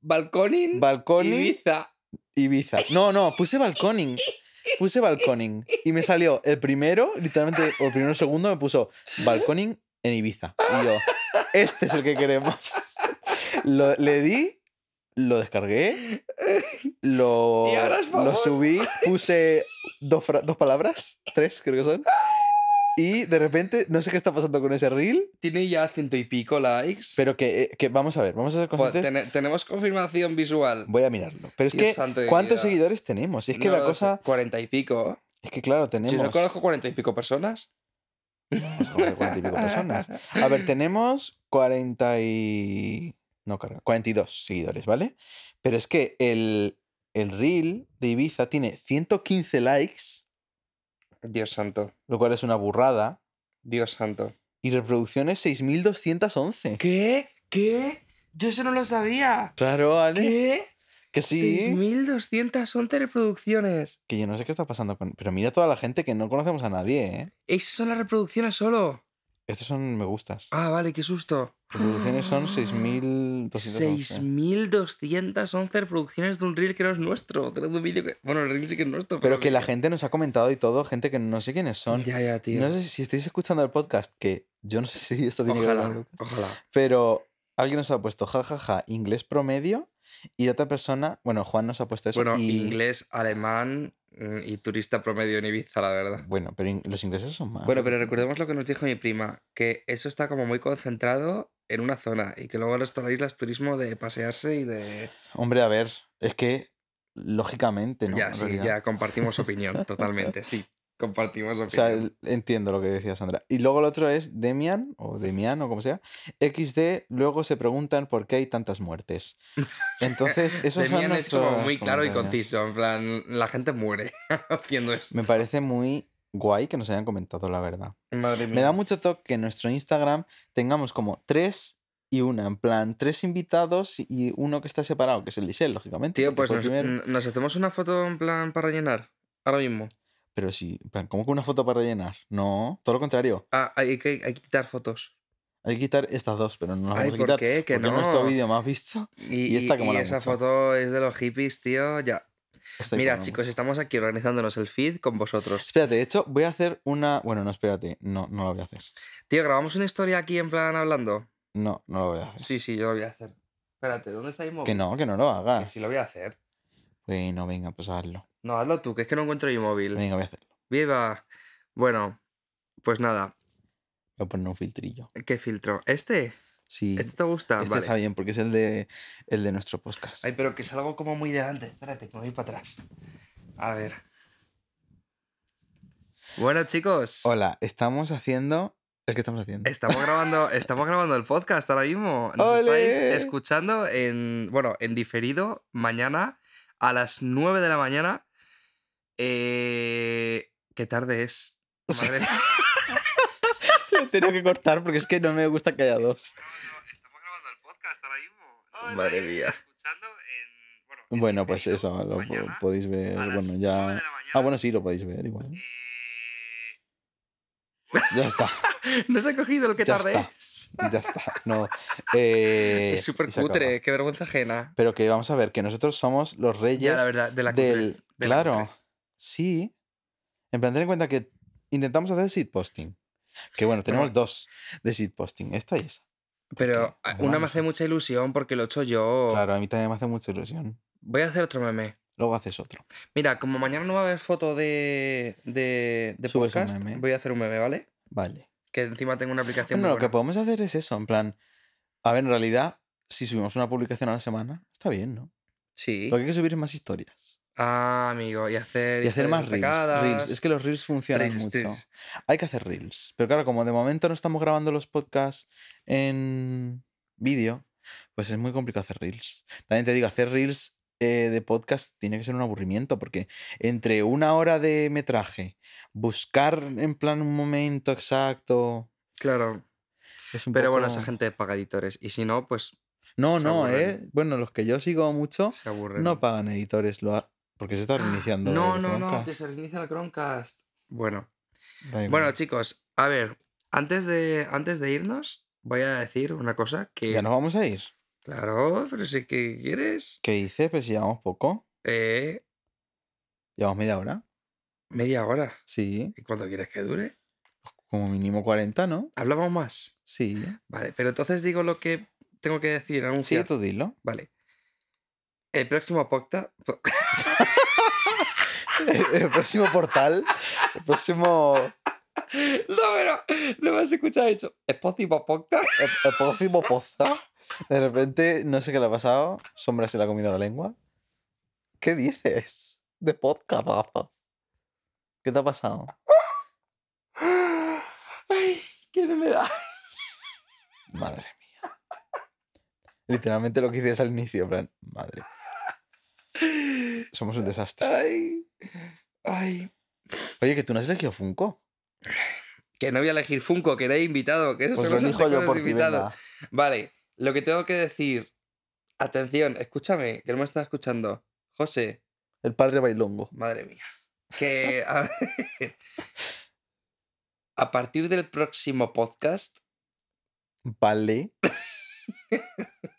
S1: Balconin,
S3: Balconing,
S1: Ibiza.
S3: Ibiza. No, no, puse balconing. Puse balconing. Y me salió el primero, literalmente, o el primero o segundo, me puso balconing en Ibiza. Y yo, este es el que queremos. Lo- le di, lo descargué, lo,
S1: Y ahora es
S3: lo
S1: famoso.
S3: subí, puse dos, fra- dos palabras, tres creo que son. Y de repente, no sé qué está pasando con ese reel,
S1: Tiene ya ciento y pico likes.
S3: pero que, eh, que vamos a ver, vamos a ser
S1: Pues,
S3: conscientes.
S1: tene- tenemos confirmación visual.
S3: Voy a mirarlo. Pero es
S1: Dios
S3: que,
S1: santo de mi
S3: ¿cuántos
S1: vida.
S3: seguidores tenemos? Y es que
S1: No
S3: la
S1: lo sé,
S3: cosa.
S1: Cuarenta y pico.
S3: Es que, claro, tenemos.
S1: Si no conozco cuarenta y pico personas.
S3: Pues, joder, cuarenta y pico personas. A ver, tenemos 40 y. No, carga. 42 seguidores, ¿vale? Pero es que el, el reel de Ibiza tiene 115 likes,
S1: Dios santo.
S3: lo cual es una burrada,
S1: Dios santo.
S3: y reproducciones 6.211.
S1: ¿Qué? ¿Qué? Yo eso no lo sabía.
S3: Claro, Ale.
S1: ¿Qué?
S3: Que sí.
S1: 6.211 reproducciones.
S3: Que yo no sé qué está pasando con. Pero mira toda la gente que no conocemos a nadie, ¿eh?
S1: Esas son las reproducciones solo.
S3: Estos son me gustas.
S1: Ah, vale, qué susto.
S3: Reproducciones son 6.211.
S1: 6.211 reproducciones de un reel que no es nuestro. De un vídeo que... Bueno, el reel sí que es nuestro.
S3: Pero que la gente nos ha comentado y todo, gente que no sé quiénes son.
S1: Ya, ya, tío.
S3: No sé si estáis escuchando el podcast, que yo no sé si esto tiene que ver con el
S1: Ojalá,
S3: podcast,
S1: ojalá.
S3: Pero alguien nos ha puesto jajaja, inglés promedio, y otra persona, bueno, Juan nos ha puesto eso.
S1: Bueno,
S3: y,
S1: inglés, alemán mm, y turista promedio en Ibiza, la verdad.
S3: Bueno, pero in- los ingleses son más.
S1: Bueno, pero recordemos lo que nos dijo mi prima, que eso está como muy concentrado en una zona y que luego el resto de la isla es turismo de pasearse y de...
S3: Hombre, a ver, es que lógicamente, ¿no?
S1: ya,
S3: En
S1: sí,
S3: realidad.
S1: ya compartimos opinión, totalmente, sí. Compartimos opinión.
S3: O sea, el- entiendo lo que decía Sandra. Y luego el otro es Demian, o Demian, o como sea. XD, luego se preguntan por qué hay tantas muertes. Entonces, esos
S1: Demian
S3: son
S1: es como
S3: nuestros
S1: muy claro y
S3: comentarios.
S1: conciso, en plan, la gente muere haciendo esto.
S3: Me parece muy guay que nos hayan comentado, la verdad.
S1: Madre mía.
S3: Me da mucho toque que en nuestro Instagram tengamos como tres y una, en plan, tres invitados y uno que está separado, que es el de Isel, lógicamente.
S1: Tío,
S3: porque
S1: pues
S3: fue
S1: nos,
S3: el primero.
S1: n- nos hacemos una foto en plan para rellenar, ahora mismo.
S3: Pero sí, en plan, ¿cómo que una foto para rellenar? No, todo lo contrario.
S1: Ah, hay que, hay que quitar fotos.
S3: Hay que quitar estas dos, pero no las
S1: Ay,
S3: vamos a
S1: ¿por
S3: quitar.
S1: qué? Que
S3: porque
S1: no.
S3: es nuestro vídeo más visto.
S1: Y,
S3: Y esta que
S1: y- y
S3: mola
S1: esa
S3: mucho.
S1: foto es de los hippies, tío, ya.
S3: Está ahí
S1: Mira,
S3: poniendo
S1: chicos,
S3: mucho.
S1: estamos aquí organizándonos el feed con vosotros.
S3: Espérate, de hecho, voy a hacer una. Bueno, no, espérate. No, no lo voy a hacer.
S1: Tío, ¿grabamos una historia aquí en plan hablando?
S3: No, no lo voy a hacer.
S1: Sí, sí, yo lo voy a hacer. Espérate, ¿dónde está mi móvil?
S3: Que no, que no lo
S1: Que
S3: hagas.
S1: sí, lo voy a hacer.
S3: Bueno, venga, pues hazlo.
S1: No, hazlo tú, que es que no encuentro mi móvil.
S3: Venga, voy a hacerlo.
S1: ¡Viva! Bueno, pues nada.
S3: Voy a poner un filtrillo.
S1: ¿Qué filtro? ¿Este?
S3: Sí.
S1: ¿Este te gusta?
S3: Este
S1: vale.
S3: está bien porque es el de, el de nuestro podcast.
S1: Ay, pero que es algo como muy delante. Espérate, que me voy para atrás. A ver. Bueno, chicos.
S3: Hola, estamos haciendo. Es que estamos haciendo.
S1: Estamos grabando, estamos grabando el podcast ahora mismo. Nos
S3: ¡Ole!
S1: estáis escuchando en, bueno, en diferido mañana a las 9 de la mañana Eh, ¿Qué tarde es? Madre mía.
S3: Lo tengo que cortar porque es que no me gusta que haya dos.
S4: Estamos grabando el podcast ahora mismo.
S1: Hola, Madre
S4: Lo
S1: mía.
S4: estáis Escuchando en, bueno, en
S3: Bueno, pues
S4: diferido,
S3: eso, lo po-
S4: mañana
S3: podéis ver.
S4: a las
S3: Eh, Bueno,
S4: nueve
S3: ya.
S4: de la mañana.
S3: Ah, bueno, sí, lo podéis ver igual.
S4: Eh,
S3: Ya está,
S1: Eh, No se ha cogido el que
S3: Ya
S1: tarde
S3: está.
S1: es.
S3: ya está. No. eh,
S1: es súper
S3: y se acaba.
S1: cutre, qué vergüenza ajena.
S3: Pero que vamos a ver, que nosotros somos los reyes
S1: Ya, la verdad, de la
S3: del.
S1: cutrez, de la
S3: claro,
S1: cutrez.
S3: sí. En plan, ten en cuenta que intentamos hacer seed posting. Que bueno, tenemos dos de seed posting, esta y esa.
S1: Pero
S3: Porque,
S1: ah, una me
S3: vamos.
S1: hace mucha ilusión porque lo he hecho yo.
S3: Claro, a mí también me hace mucha ilusión.
S1: Voy a hacer otro meme.
S3: Luego haces otro.
S1: Mira, como mañana no va a haber foto de, de, de
S3: Subes un
S1: podcast,
S3: meme.
S1: voy a hacer un meme, ¿vale?
S3: Vale.
S1: Que encima tengo una aplicación
S3: Bueno,
S1: muy
S3: lo que
S1: buena.
S3: podemos hacer es eso, en plan. A ver, en realidad, si subimos una publicación a la semana, está bien, ¿no?
S1: Sí.
S3: Lo que hay que subir es más historias.
S1: Ah, amigo, y hacer...
S3: Y hacer
S1: historias
S3: más reels,
S1: destacadas.
S3: reels. Es que los reels funcionan
S1: Reels,
S3: mucho.
S1: reels.
S3: Hay que hacer reels. Pero claro, como de momento no estamos grabando los podcasts en vídeo, pues es muy complicado hacer reels. También te digo, hacer reels eh, de podcast tiene que ser un aburrimiento, porque entre una hora de metraje, buscar en plan un momento exacto.
S1: Claro.
S3: Es un
S1: Pero bueno,
S3: poco-
S1: esa gente paga editores. Y si no, pues
S3: No,
S1: se
S3: no,
S1: aburren.
S3: ¿eh? Bueno, los que yo sigo mucho
S1: se aburren.
S3: no pagan editores, lo ha- porque se está reiniciando.
S1: Ah, No,
S3: el
S1: no, no,
S3: Chromecast.
S1: que se reinicia el Chromecast. Bueno.
S3: Da igual.
S1: Bueno, chicos, a ver, antes de, antes de irnos, voy a decir una cosa que...
S3: ya nos vamos a ir.
S1: Claro, pero si que quieres...
S3: ¿Qué hice? Pues si llevamos poco.
S1: Eh,
S3: Llevamos media hora.
S1: media hora.
S3: Sí.
S1: ¿Y cuánto quieres que dure?
S3: Como mínimo 40, ¿no?
S1: ¿Hablamos más?
S3: Sí.
S1: Vale, pero entonces digo lo que tengo que decir,
S3: Sí,
S1: anunciar.
S3: tú dilo.
S1: Vale. El próximo podcast...
S3: El, el próximo portal. El próximo.
S1: No, pero no me has escuchado hecho. ¿Es próximo podcast?
S3: El, el próximo poza. De repente, no sé qué le ha pasado. Sombra se le ha comido la lengua. ¿Qué dices? De podcast, gafas. ¿Qué te ha pasado?
S1: Ay, que no me da.
S3: Madre mía. Literalmente lo que dices al inicio, en plan, madre. mía. Somos un desastre.
S1: Ay. Ay.
S3: Oye, que tú no has elegido Funko.
S1: Que no voy a elegir Funko, que no he invitado. Que eso
S3: Pues
S1: solo
S3: lo
S1: son
S3: elijo yo
S1: cosas
S3: por ti,
S1: invitadas.
S3: venga.
S1: Vale, lo que tengo que decir. Atención, escúchame, que no me estás escuchando. José,
S3: El padre bailongo.
S1: madre mía. Que a, ver, a partir del próximo podcast
S3: Vale.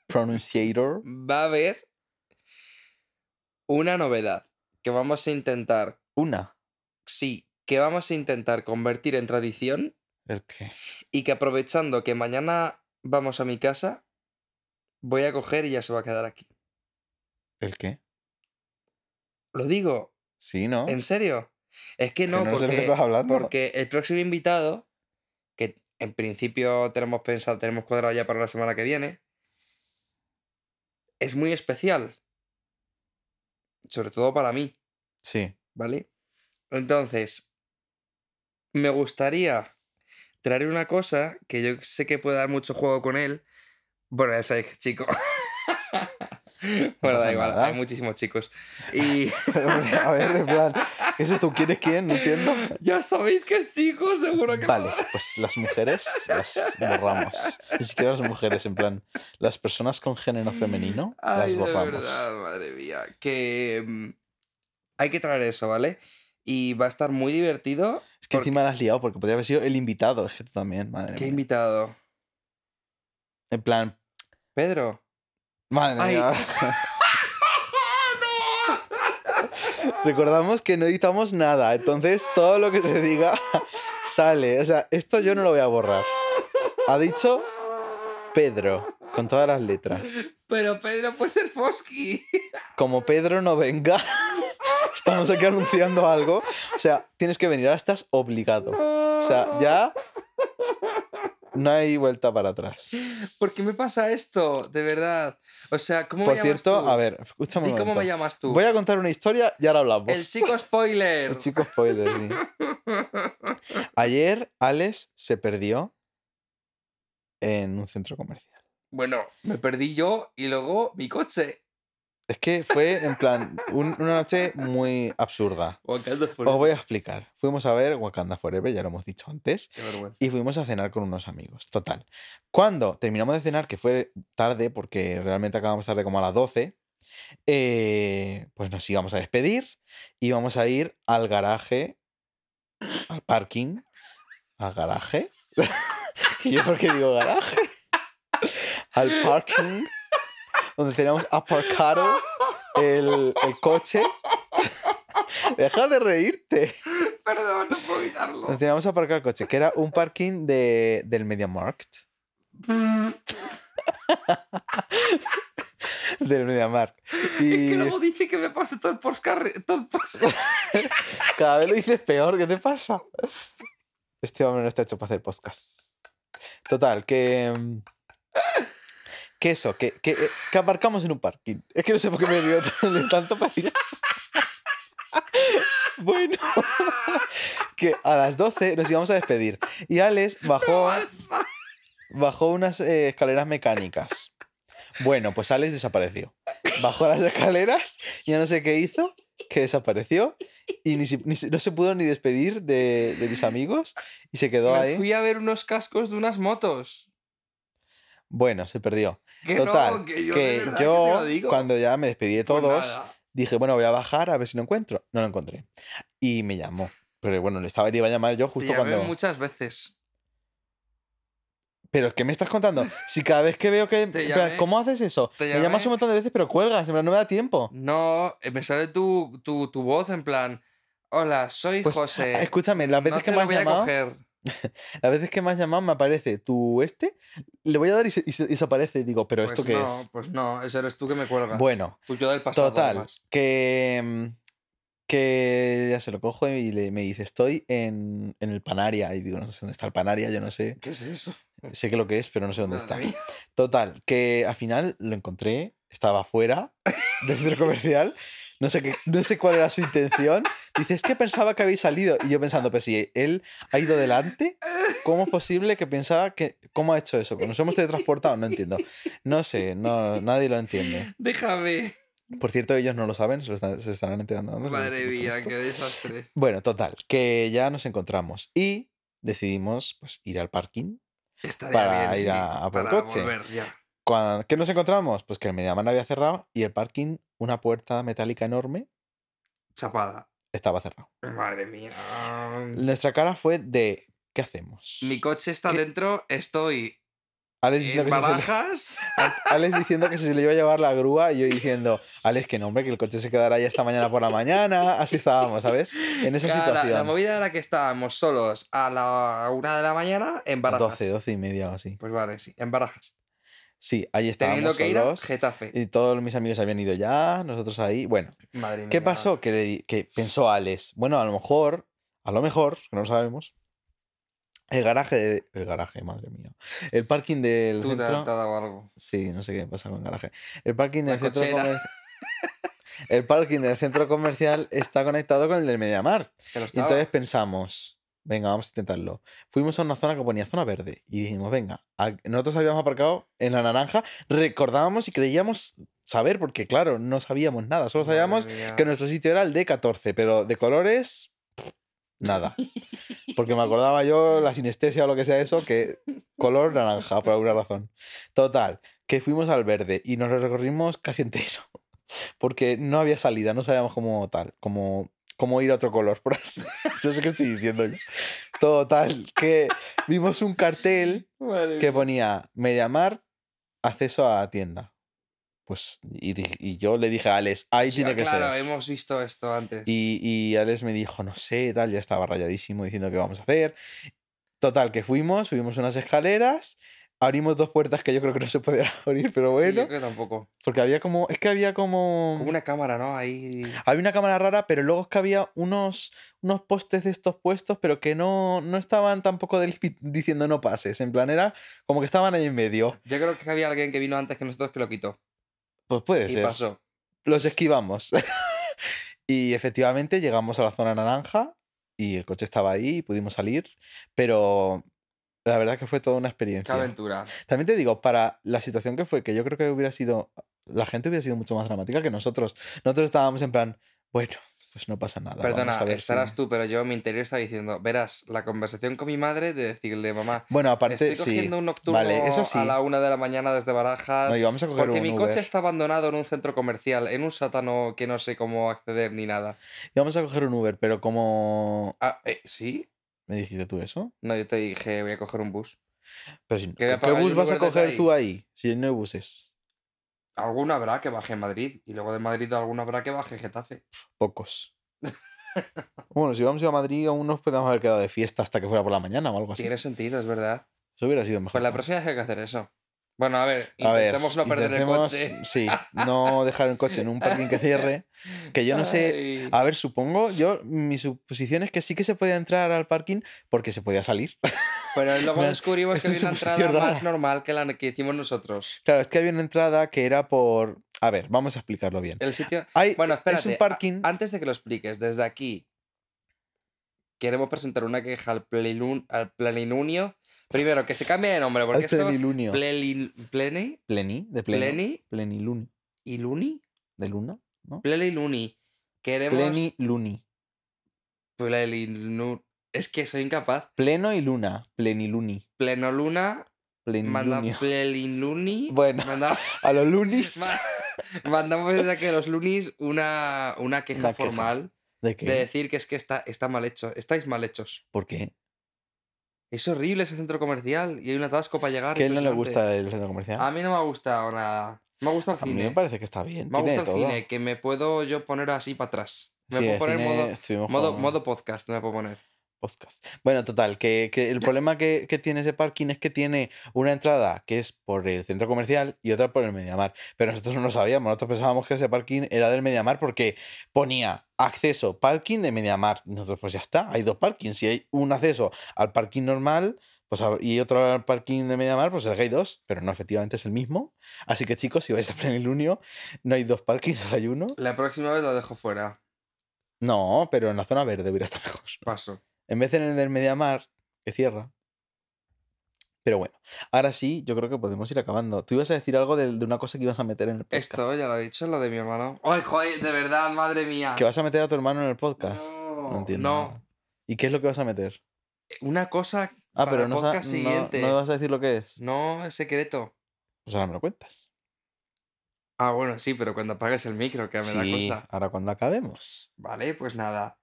S3: Pronunciator.
S1: va a haber una novedad que vamos a intentar
S3: Una.
S1: sí, que vamos a intentar convertir en tradición
S3: ¿El qué?
S1: y que aprovechando que mañana vamos a mi casa, voy a coger y ya se va a quedar aquí.
S3: ¿El qué?
S1: Lo digo,
S3: Sí, ¿no?
S1: ¿en serio? Es que
S3: Que
S1: no,
S3: no sé de lo que
S1: porque,
S3: estás hablando.
S1: porque el próximo invitado, que en principio tenemos pensado, tenemos cuadrado ya para la semana que viene, es muy especial. Sobre todo para mí.
S3: Sí.
S1: ¿vale? Entonces, me gustaría traer una cosa que yo sé que puede dar mucho juego con él. Bueno, ya sabéis que es chico. bueno,
S3: pasa
S1: da igual,
S3: nada.
S1: hay muchísimos chicos. Y
S3: Hombre, a ver, en plan, ¿qué es esto? ¿Quién es quién? No entiendo.
S1: ya sabéis que es chico, seguro que lo
S3: Vale, pues las mujeres las borramos. Ni siquiera las mujeres, en plan, las personas con género femenino
S1: Ay,
S3: las
S1: de
S3: borramos.
S1: verdad, madre mía. Que mm, hay que traer eso, ¿vale? Y va a estar muy divertido.
S3: Es que
S1: porque-
S3: encima la has liado porque podría haber sido el invitado. Es que tú también, madre
S1: ¿Qué
S3: mía.
S1: invitado?
S3: En plan,
S1: Pedro.
S3: madre
S1: Ay.
S3: mía. Recordamos que no editamos nada, entonces todo lo que se diga sale. O sea, esto yo no lo voy a borrar. Ha dicho Pedro, con todas las letras.
S1: Pero Pedro puede ser Fosky.
S3: Como Pedro no venga, estamos aquí anunciando algo. O sea, tienes que venir, ahora estás obligado. O sea, ya no hay vuelta para atrás.
S1: ¿Por qué me pasa esto? De verdad. O sea, ¿cómo
S3: Por
S1: me llamas
S3: cierto,
S1: tú?
S3: a ver, escúchame
S1: Di
S3: un
S1: cómo me
S3: momento.
S1: llamas tú.
S3: Voy a contar una historia y ahora hablamos.
S1: El chico spoiler.
S3: El chico spoiler, sí. Ayer Alex se perdió en un centro comercial.
S1: Bueno, me perdí yo y luego mi coche.
S3: Es que fue, en plan, un- una noche muy absurda. Os voy a explicar. Fuimos a ver Wakanda Forever, ya lo hemos dicho antes,
S1: Qué vergüenza.
S3: y fuimos a cenar con unos amigos. Total. Cuando terminamos de cenar, que fue tarde, porque realmente acabamos tarde como a las 12, eh, pues nos íbamos a despedir y íbamos a ir al garaje, al parking, al garaje. ¿Y yo por qué digo garaje? Al parking, donde teníamos aparcado el, el coche. Deja de reírte.
S1: Perdón, no puedo evitarlo.
S3: Donde teníamos aparcado el coche, que era un parking de, del MediaMarkt. del MediaMarkt. Y...
S1: Que luego dice que me pase todo el podcast. Todo el podcast.
S3: Cada vez lo dices peor, ¿qué te pasa? Este hombre no está hecho para hacer podcast. Total, que. mm, Que eso, que, que, eh, que aparcamos en un parking. Es que no sé por qué me río tan- tanto para decir eso. Bueno, que a las 12 nos íbamos a despedir. Y Alex bajó, bajó unas eh, escaleras mecánicas. Bueno, pues Alex desapareció. Bajó las escaleras, ya no sé qué hizo, que desapareció y ni, si- ni si- no se pudo ni despedir de, de mis amigos y se quedó
S1: Me
S3: ahí.
S1: fui a ver unos cascos de unas motos.
S3: Bueno, se perdió.
S1: Que
S3: Total,
S1: no, que yo, de verdad que
S3: yo,
S1: te lo digo.
S3: cuando ya me despedí de
S1: Pues
S3: todos,
S1: nada.
S3: dije, bueno, voy a bajar a ver si lo encuentro. No lo encontré. Y me llamó. Pero bueno, le, estaba, le iba a llamar yo
S1: Te
S3: justo
S1: llamé
S3: cuando...
S1: muchas veces.
S3: ¿Pero qué me estás contando? Si cada vez que veo que...
S1: Te
S3: en plan,
S1: llamé.
S3: ¿Cómo haces eso?
S1: Te
S3: me llamas
S1: llamé.
S3: un montón de veces, pero cuelgas. En plan, no me da tiempo.
S1: No, eh, me sale tu, tu, tu voz en plan. Hola, soy
S3: Pues,
S1: José.
S3: Escúchame, las
S1: no
S3: veces,
S1: te
S3: que
S1: lo
S3: me has
S1: voy a
S3: llamado,
S1: coger.
S3: las veces que me has llamado me aparece tu este, le voy a dar y, se- y se- y desaparece. Y digo, ¿pero
S1: Pues
S3: esto qué
S1: no,
S3: es?
S1: Pues no, ese eres tú que me cuelgas.
S3: Bueno,
S1: Tú yo del pasado.
S3: Total,
S1: además.
S3: que, mm, que ya se lo cojo y le- me dice, estoy en, en el Panaria. Y digo, no sé dónde está el Panaria, yo no sé.
S1: ¿Qué es eso?
S3: Sé que lo que es, pero no sé dónde
S1: Mm. Madre
S3: está.
S1: mía.
S3: Total, que al final lo encontré, estaba fuera del centro comercial. No sé, qué, no sé cuál era su intención. Dice, es que pensaba que habéis salido. Y yo pensando, pero si él ha ido delante, ¿cómo es posible que pensaba que... ¿Cómo ha hecho eso? Pues ¿Nos hemos teletransportado? No entiendo. No sé, no, nadie lo entiende.
S1: Déjame.
S3: Por cierto, ellos no lo saben, se, lo están- se estarán enterando. ahora, si
S1: Madre
S3: escuchan
S1: mía,
S3: esto.
S1: qué desastre.
S3: Bueno, total, que ya nos encontramos y decidimos pues, ir al parking.
S1: Estaría
S3: Para
S1: bien,
S3: ir
S1: sí,
S3: a- a por
S1: para
S3: coche.
S1: volver ya.
S3: Cuan- ¿Qué nos encontramos? Pues que el Mediaman había cerrado y el parking, una puerta metálica enorme,
S1: Chapada.
S3: estaba cerrado.
S1: Madre mía.
S3: Nuestra cara fue de, ¿qué hacemos?
S1: Mi eh, coche está
S3: ¿Qué?
S1: dentro, estoy
S3: Alex diciendo,
S1: en
S3: que se- se le-
S1: barajas.
S3: Alex diciendo que se le iba a llevar la grúa y yo diciendo, Alex, que no, hombre, que el coche se quedará ya esta mañana por la mañana. Así estábamos, ¿sabes? En esa
S1: Cara,
S3: situación.
S1: La movida era que estábamos solos a la una de la mañana en barajas.
S3: 12, 12 y media o así.
S1: Pues vale, sí, en barajas.
S3: Sí, ahí
S1: Teniendo
S3: estábamos
S1: que ir a
S3: solos.
S1: Getafe.
S3: Y todos mis amigos habían ido ya, nosotros ahí. Bueno,
S1: Madre mía.
S3: ¿qué pasó? Que, le di- que pensó Alex, bueno, a lo mejor, a lo mejor, que no lo sabemos, el garaje, de- el garaje, madre mía, el parking del
S1: Tú te,
S3: centro...
S1: te ha dado algo.
S3: Sí, no sé qué me pasa con el garaje. El parking
S1: La
S3: del centro
S1: cochera.
S3: comercial... El parking del centro comercial está conectado con el del Mediamar.
S1: Que lo
S3: Y
S1: estaba.
S3: entonces pensamos, venga, vamos a intentarlo. Fuimos a una zona que ponía zona verde y dijimos, venga, a- nosotros habíamos aparcado en la naranja, recordábamos y creíamos saber, porque claro, no sabíamos nada, solo
S1: Madre
S3: sabíamos
S1: mía.
S3: que nuestro sitio era el D14, pero de colores, pff, nada. Porque me acordaba yo la sinestesia o lo que sea eso, que color naranja, por alguna razón. Total, que fuimos al verde y nos lo recorrimos casi entero. Porque no había salida, no sabíamos cómo tal, cómo, cómo ir a otro color, por así. No sé qué estoy diciendo yo. Total, que vimos un cartel
S1: Madre
S3: que
S1: mía.
S3: ponía Mediamar, acceso a tienda. Pues, y, di- y yo le dije a Alex, ahí tiene que
S1: ah, claro,
S3: ser.
S1: hemos visto esto antes.
S3: Y, y Alex me dijo, no sé, tal, ya estaba rayadísimo diciendo qué vamos a hacer. Total, que fuimos, subimos unas escaleras, abrimos dos puertas que yo creo que no se podían abrir, pero
S1: Sí,
S3: bueno,
S1: yo creo que tampoco.
S3: porque había como, es que había como...
S1: Como una cámara, ¿no? Ahí.
S3: Había una cámara rara, pero luego es que había unos, unos postes de estos puestos, pero que no, no estaban tampoco del- diciendo no pases. En plan, era como que estaban ahí en medio.
S1: Yo creo que había alguien que vino antes que nosotros que lo quitó.
S3: Pues puede
S1: Y
S3: ser.
S1: pasó.
S3: Los esquivamos. y efectivamente llegamos a la zona naranja y el coche estaba ahí y pudimos salir, pero la verdad que fue toda una
S1: Qué
S3: experiencia.
S1: aventura.
S3: También te digo, para la situación que fue, que yo creo que hubiera sido la gente hubiera sido mucho más dramática que nosotros. Nosotros estábamos en plan, bueno, pues no pasa nada. vamos
S1: Perdona,
S3: a ver
S1: estarás
S3: si-".
S1: tú, pero yo en mi interior estaba diciendo, verás, la conversación con mi madre de decirle, mamá,
S3: Bueno, aparte,
S1: estoy
S3: sí.
S1: cogiendo un nocturno
S3: Vale, eso sí.
S1: a la una de la mañana desde Barajas.
S3: No, íbamos a coger
S1: porque
S3: un
S1: mi
S3: Uber.
S1: coche está abandonado en un centro comercial, en un sátano que no sé cómo acceder ni nada.
S3: Íbamos a coger un Uber, pero como...
S1: Ah, eh, ¿sí?
S3: ¿Me dijiste tú eso?
S1: No, yo te dije, voy a coger un bus.
S3: Pero si,
S1: Que voy a
S3: ¿Qué,
S1: pagar yo
S3: bus
S1: un
S3: vas a
S1: Uber desde
S3: coger
S1: ahí.
S3: tú ahí? Si no hay buses.
S1: Alguno habrá que baje en Madrid y luego de Madrid alguno habrá que baje en Getafe.
S3: Pocos. bueno, si hubiéramos ido a Madrid aún nos podíamos haber quedado de fiesta hasta que fuera por la mañana o algo así.
S1: Tiene sentido, es verdad.
S3: Eso hubiera sido mejor.
S1: Pues la
S3: ¿no?
S1: próxima vez hay que hacer eso. Bueno, a ver,
S3: A ver,
S1: intentemos no perder
S3: intentemos-
S1: el coche.
S3: Sí, no dejar el coche en un parking que cierre. Que yo no sé.
S1: Ay.
S3: A ver, supongo, yo, mi suposición es que sí que se podía entrar al parking porque se podía salir.
S1: Pero luego
S3: Mira,
S1: descubrimos
S3: esto
S1: que
S3: es
S1: había una
S3: súper
S1: entrada
S3: raro.
S1: más normal que la que hicimos nosotros.
S3: Claro, es que había una entrada que era por. A ver, vamos a explicarlo bien.
S1: El sitio.
S3: Hay,
S1: Bueno, espérate.
S3: Eh, es un
S1: a-
S3: parking.
S1: antes de que lo expliques, desde aquí queremos presentar una queja al, plenilun- al plenilunio. Primero, que se cambie de nombre, porque
S3: al
S1: eso.
S3: plenilunio.
S1: Pleni. Pleni.
S3: Pleni, de pleno.
S1: Pleni.
S3: Pleniluni.
S1: ¿Y Luni?
S3: ¿De luna? ¿No?
S1: Pleniluni. Queremos.
S3: Pleniluni.
S1: Plenilun- Es que soy incapaz.
S3: Pleno y luna. Pleniluni.
S1: Plenoluna. Manda
S3: Plenilunio.
S1: pleniluni.
S3: Bueno,
S1: Manda-
S3: a los lunis.
S1: ma- Mandamos desde aquí a los lunis una, una queja
S3: Una queja.
S1: formal.
S3: ¿De qué?
S1: de decir que es que está, está mal hecho. Estáis mal hechos.
S3: ¿Por qué?
S1: Es horrible ese centro comercial y hay un atasco para llegar.
S3: ¿Qué no le
S1: impresionante.
S3: gusta el centro comercial?
S1: A mí no me ha gustado nada. Me ha gustado el
S3: A mí
S1: cine.
S3: me parece que está bien.
S1: Me ha
S3: tiene
S1: gustado el
S3: de todo.
S1: cine, que me puedo yo poner así para atrás. Me
S3: Sí,
S1: puedo
S3: el
S1: poner
S3: cine
S1: modo,
S3: estuvimos
S1: modo,
S3: con
S1: modo podcast, me puedo poner.
S3: podcast. Bueno, total, que, que el problema que, que tiene ese parking es que tiene una entrada que es por el centro comercial y otra por el Mediamar. Pero nosotros no lo sabíamos, nosotros pensábamos que ese parking era del Mediamar porque ponía acceso parking de Mediamar. Nosotros, pues ya está, hay dos parkings. Si hay un acceso al parking normal pues, hab- y otro al parking de Mediamar, pues el que hay dos, pero no, efectivamente es el mismo. Así que chicos, si vais a Plenilunio, no hay dos parkings, solo hay uno.
S1: La próxima vez lo dejo fuera.
S3: No, pero en la zona verde hubiera estado mejor.
S1: Paso.
S3: En vez de en el del Mediamar, que cierra. Pero bueno, ahora sí, yo creo que podemos ir acabando. Tú ibas a decir algo del- de, una cosa que ibas a meter en el podcast.
S1: Esto ya lo he dicho, lo de mi hermano. ¡Ay, joder! De verdad, madre mía.
S3: ¿Que vas a meter a tu hermano en el podcast?
S1: No,
S3: No, entiendo.
S1: no.
S3: nada. ¿Y qué es lo que vas a meter?
S1: Una cosa
S3: Ah,
S1: Para
S3: pero
S1: el
S3: no, sa-
S1: podcast
S3: no-
S1: siguiente.
S3: no me vas a decir lo que es.
S1: no es secreto.
S3: Pues ahora me lo cuentas.
S1: Ah, bueno, sí, pero cuando apagues el micro, que me da
S3: Sí,
S1: cosa.
S3: ahora cuando acabemos.
S1: Vale, pues nada.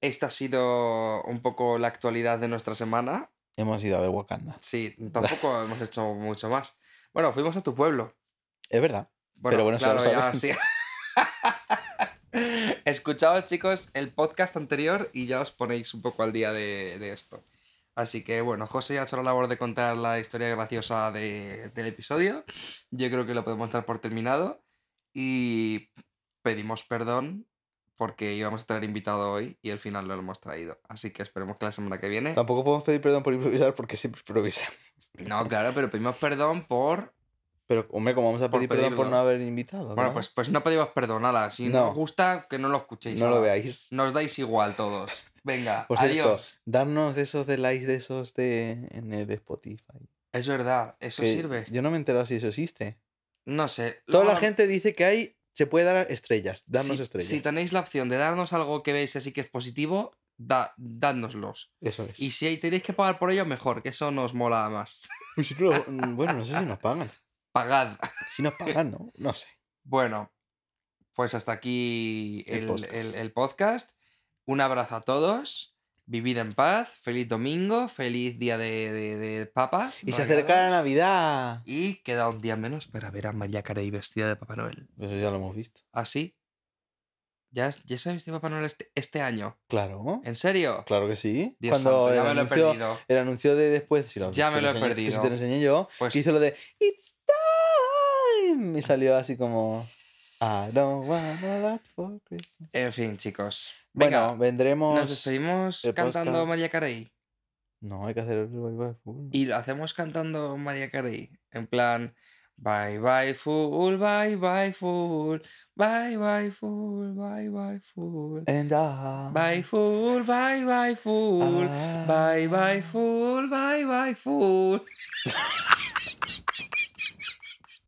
S1: Esta ha sido un poco la actualidad de nuestra semana.
S3: Hemos ido a ver Wakanda.
S1: Sí, tampoco hemos hecho mucho más. Bueno, fuimos a tu pueblo.
S3: Es verdad.
S1: Bueno,
S3: Pero bueno, eso
S1: claro,
S3: lo
S1: ya
S3: saben.
S1: sí. Escuchaos, chicos, el podcast anterior y ya os ponéis un poco al día de, de esto. Así que bueno, José ha hecho la labor de contar la historia graciosa de- del episodio. Yo creo que lo podemos dar por terminado. Y pedimos perdón porque íbamos a tener invitado hoy y al final no lo hemos traído. Así que esperemos que la semana que viene.
S3: Tampoco podemos pedir perdón por improvisar porque siempre improvisamos.
S1: No, claro, pero pedimos perdón por.
S3: Pero, hombre, ¿cómo vamos a
S1: Por
S3: pedir perdón por
S1: pedirlo.
S3: no haber invitado?
S1: Bueno,
S3: no?
S1: pues, pues no pedimos perdón, ala. Si no,
S3: No.
S1: os gusta, que no lo escuchéis.
S3: no lo
S1: ala.
S3: veáis.
S1: Nos dais igual todos. Venga,
S3: Por cierto,
S1: adiós.
S3: darnos de esos de likes de esos de en el Spotify.
S1: Es verdad, eso
S3: Que
S1: sirve.
S3: Yo no me he enterado si eso existe.
S1: No sé.
S3: Toda
S1: luego
S3: la gente dice que hay se puede dar estrellas, darnos
S1: si,
S3: estrellas.
S1: Si tenéis la opción de darnos algo que veis así que es positivo, da, dádnoslos.
S3: Eso es.
S1: Y si ahí tenéis que pagar por ello, mejor, que eso nos mola más.
S3: Uy, si no lo- mm, bueno, no sé si nos pagan.
S1: Pagad.
S3: Si nos pagan, no, no sé.
S1: Bueno, pues hasta aquí
S3: El
S1: el,
S3: podcast.
S1: el- el podcast. Un abrazo a todos. Vivid en paz. Feliz domingo. Feliz día de, de- de papas.
S3: Y se acerca la
S1: regalos.
S3: Navidad.
S1: Y queda un día menos para ver a María Carey vestida de Papá Noel.
S3: Eso ya lo hemos visto.
S1: Así. ¿Ah, ¿Ya, es- ya sabes de Papá Noel este, este año?
S3: Claro.
S1: ¿En serio?
S3: Claro que sí.
S1: Dios
S3: Cuando
S1: santo,
S3: el
S1: ya me lo he
S3: anuncio,
S1: perdido.
S3: el anuncio de después, si lo
S1: Ya
S3: viste,
S1: me lo he
S3: enseñé- pues
S1: perdido.
S3: si te lo enseñé yo,
S1: Pues-
S3: que hizo lo de It's time. Y salió así como I don't wanna that for Christmas.
S1: En fin, chicos. Venga,
S3: Bueno, vendremos.
S1: nos despedimos
S3: el
S1: cantando
S3: podcast.
S1: María Carey.
S3: No, hay que hacer el bye bye full.
S1: Y lo hacemos cantando María Carey. En plan, bye bye fool, bye bye fool, bye bye fool, bye bye fool.
S3: And I-
S1: Bye fool, bye bye fool,
S3: I-
S1: bye bye fool, bye bye fool.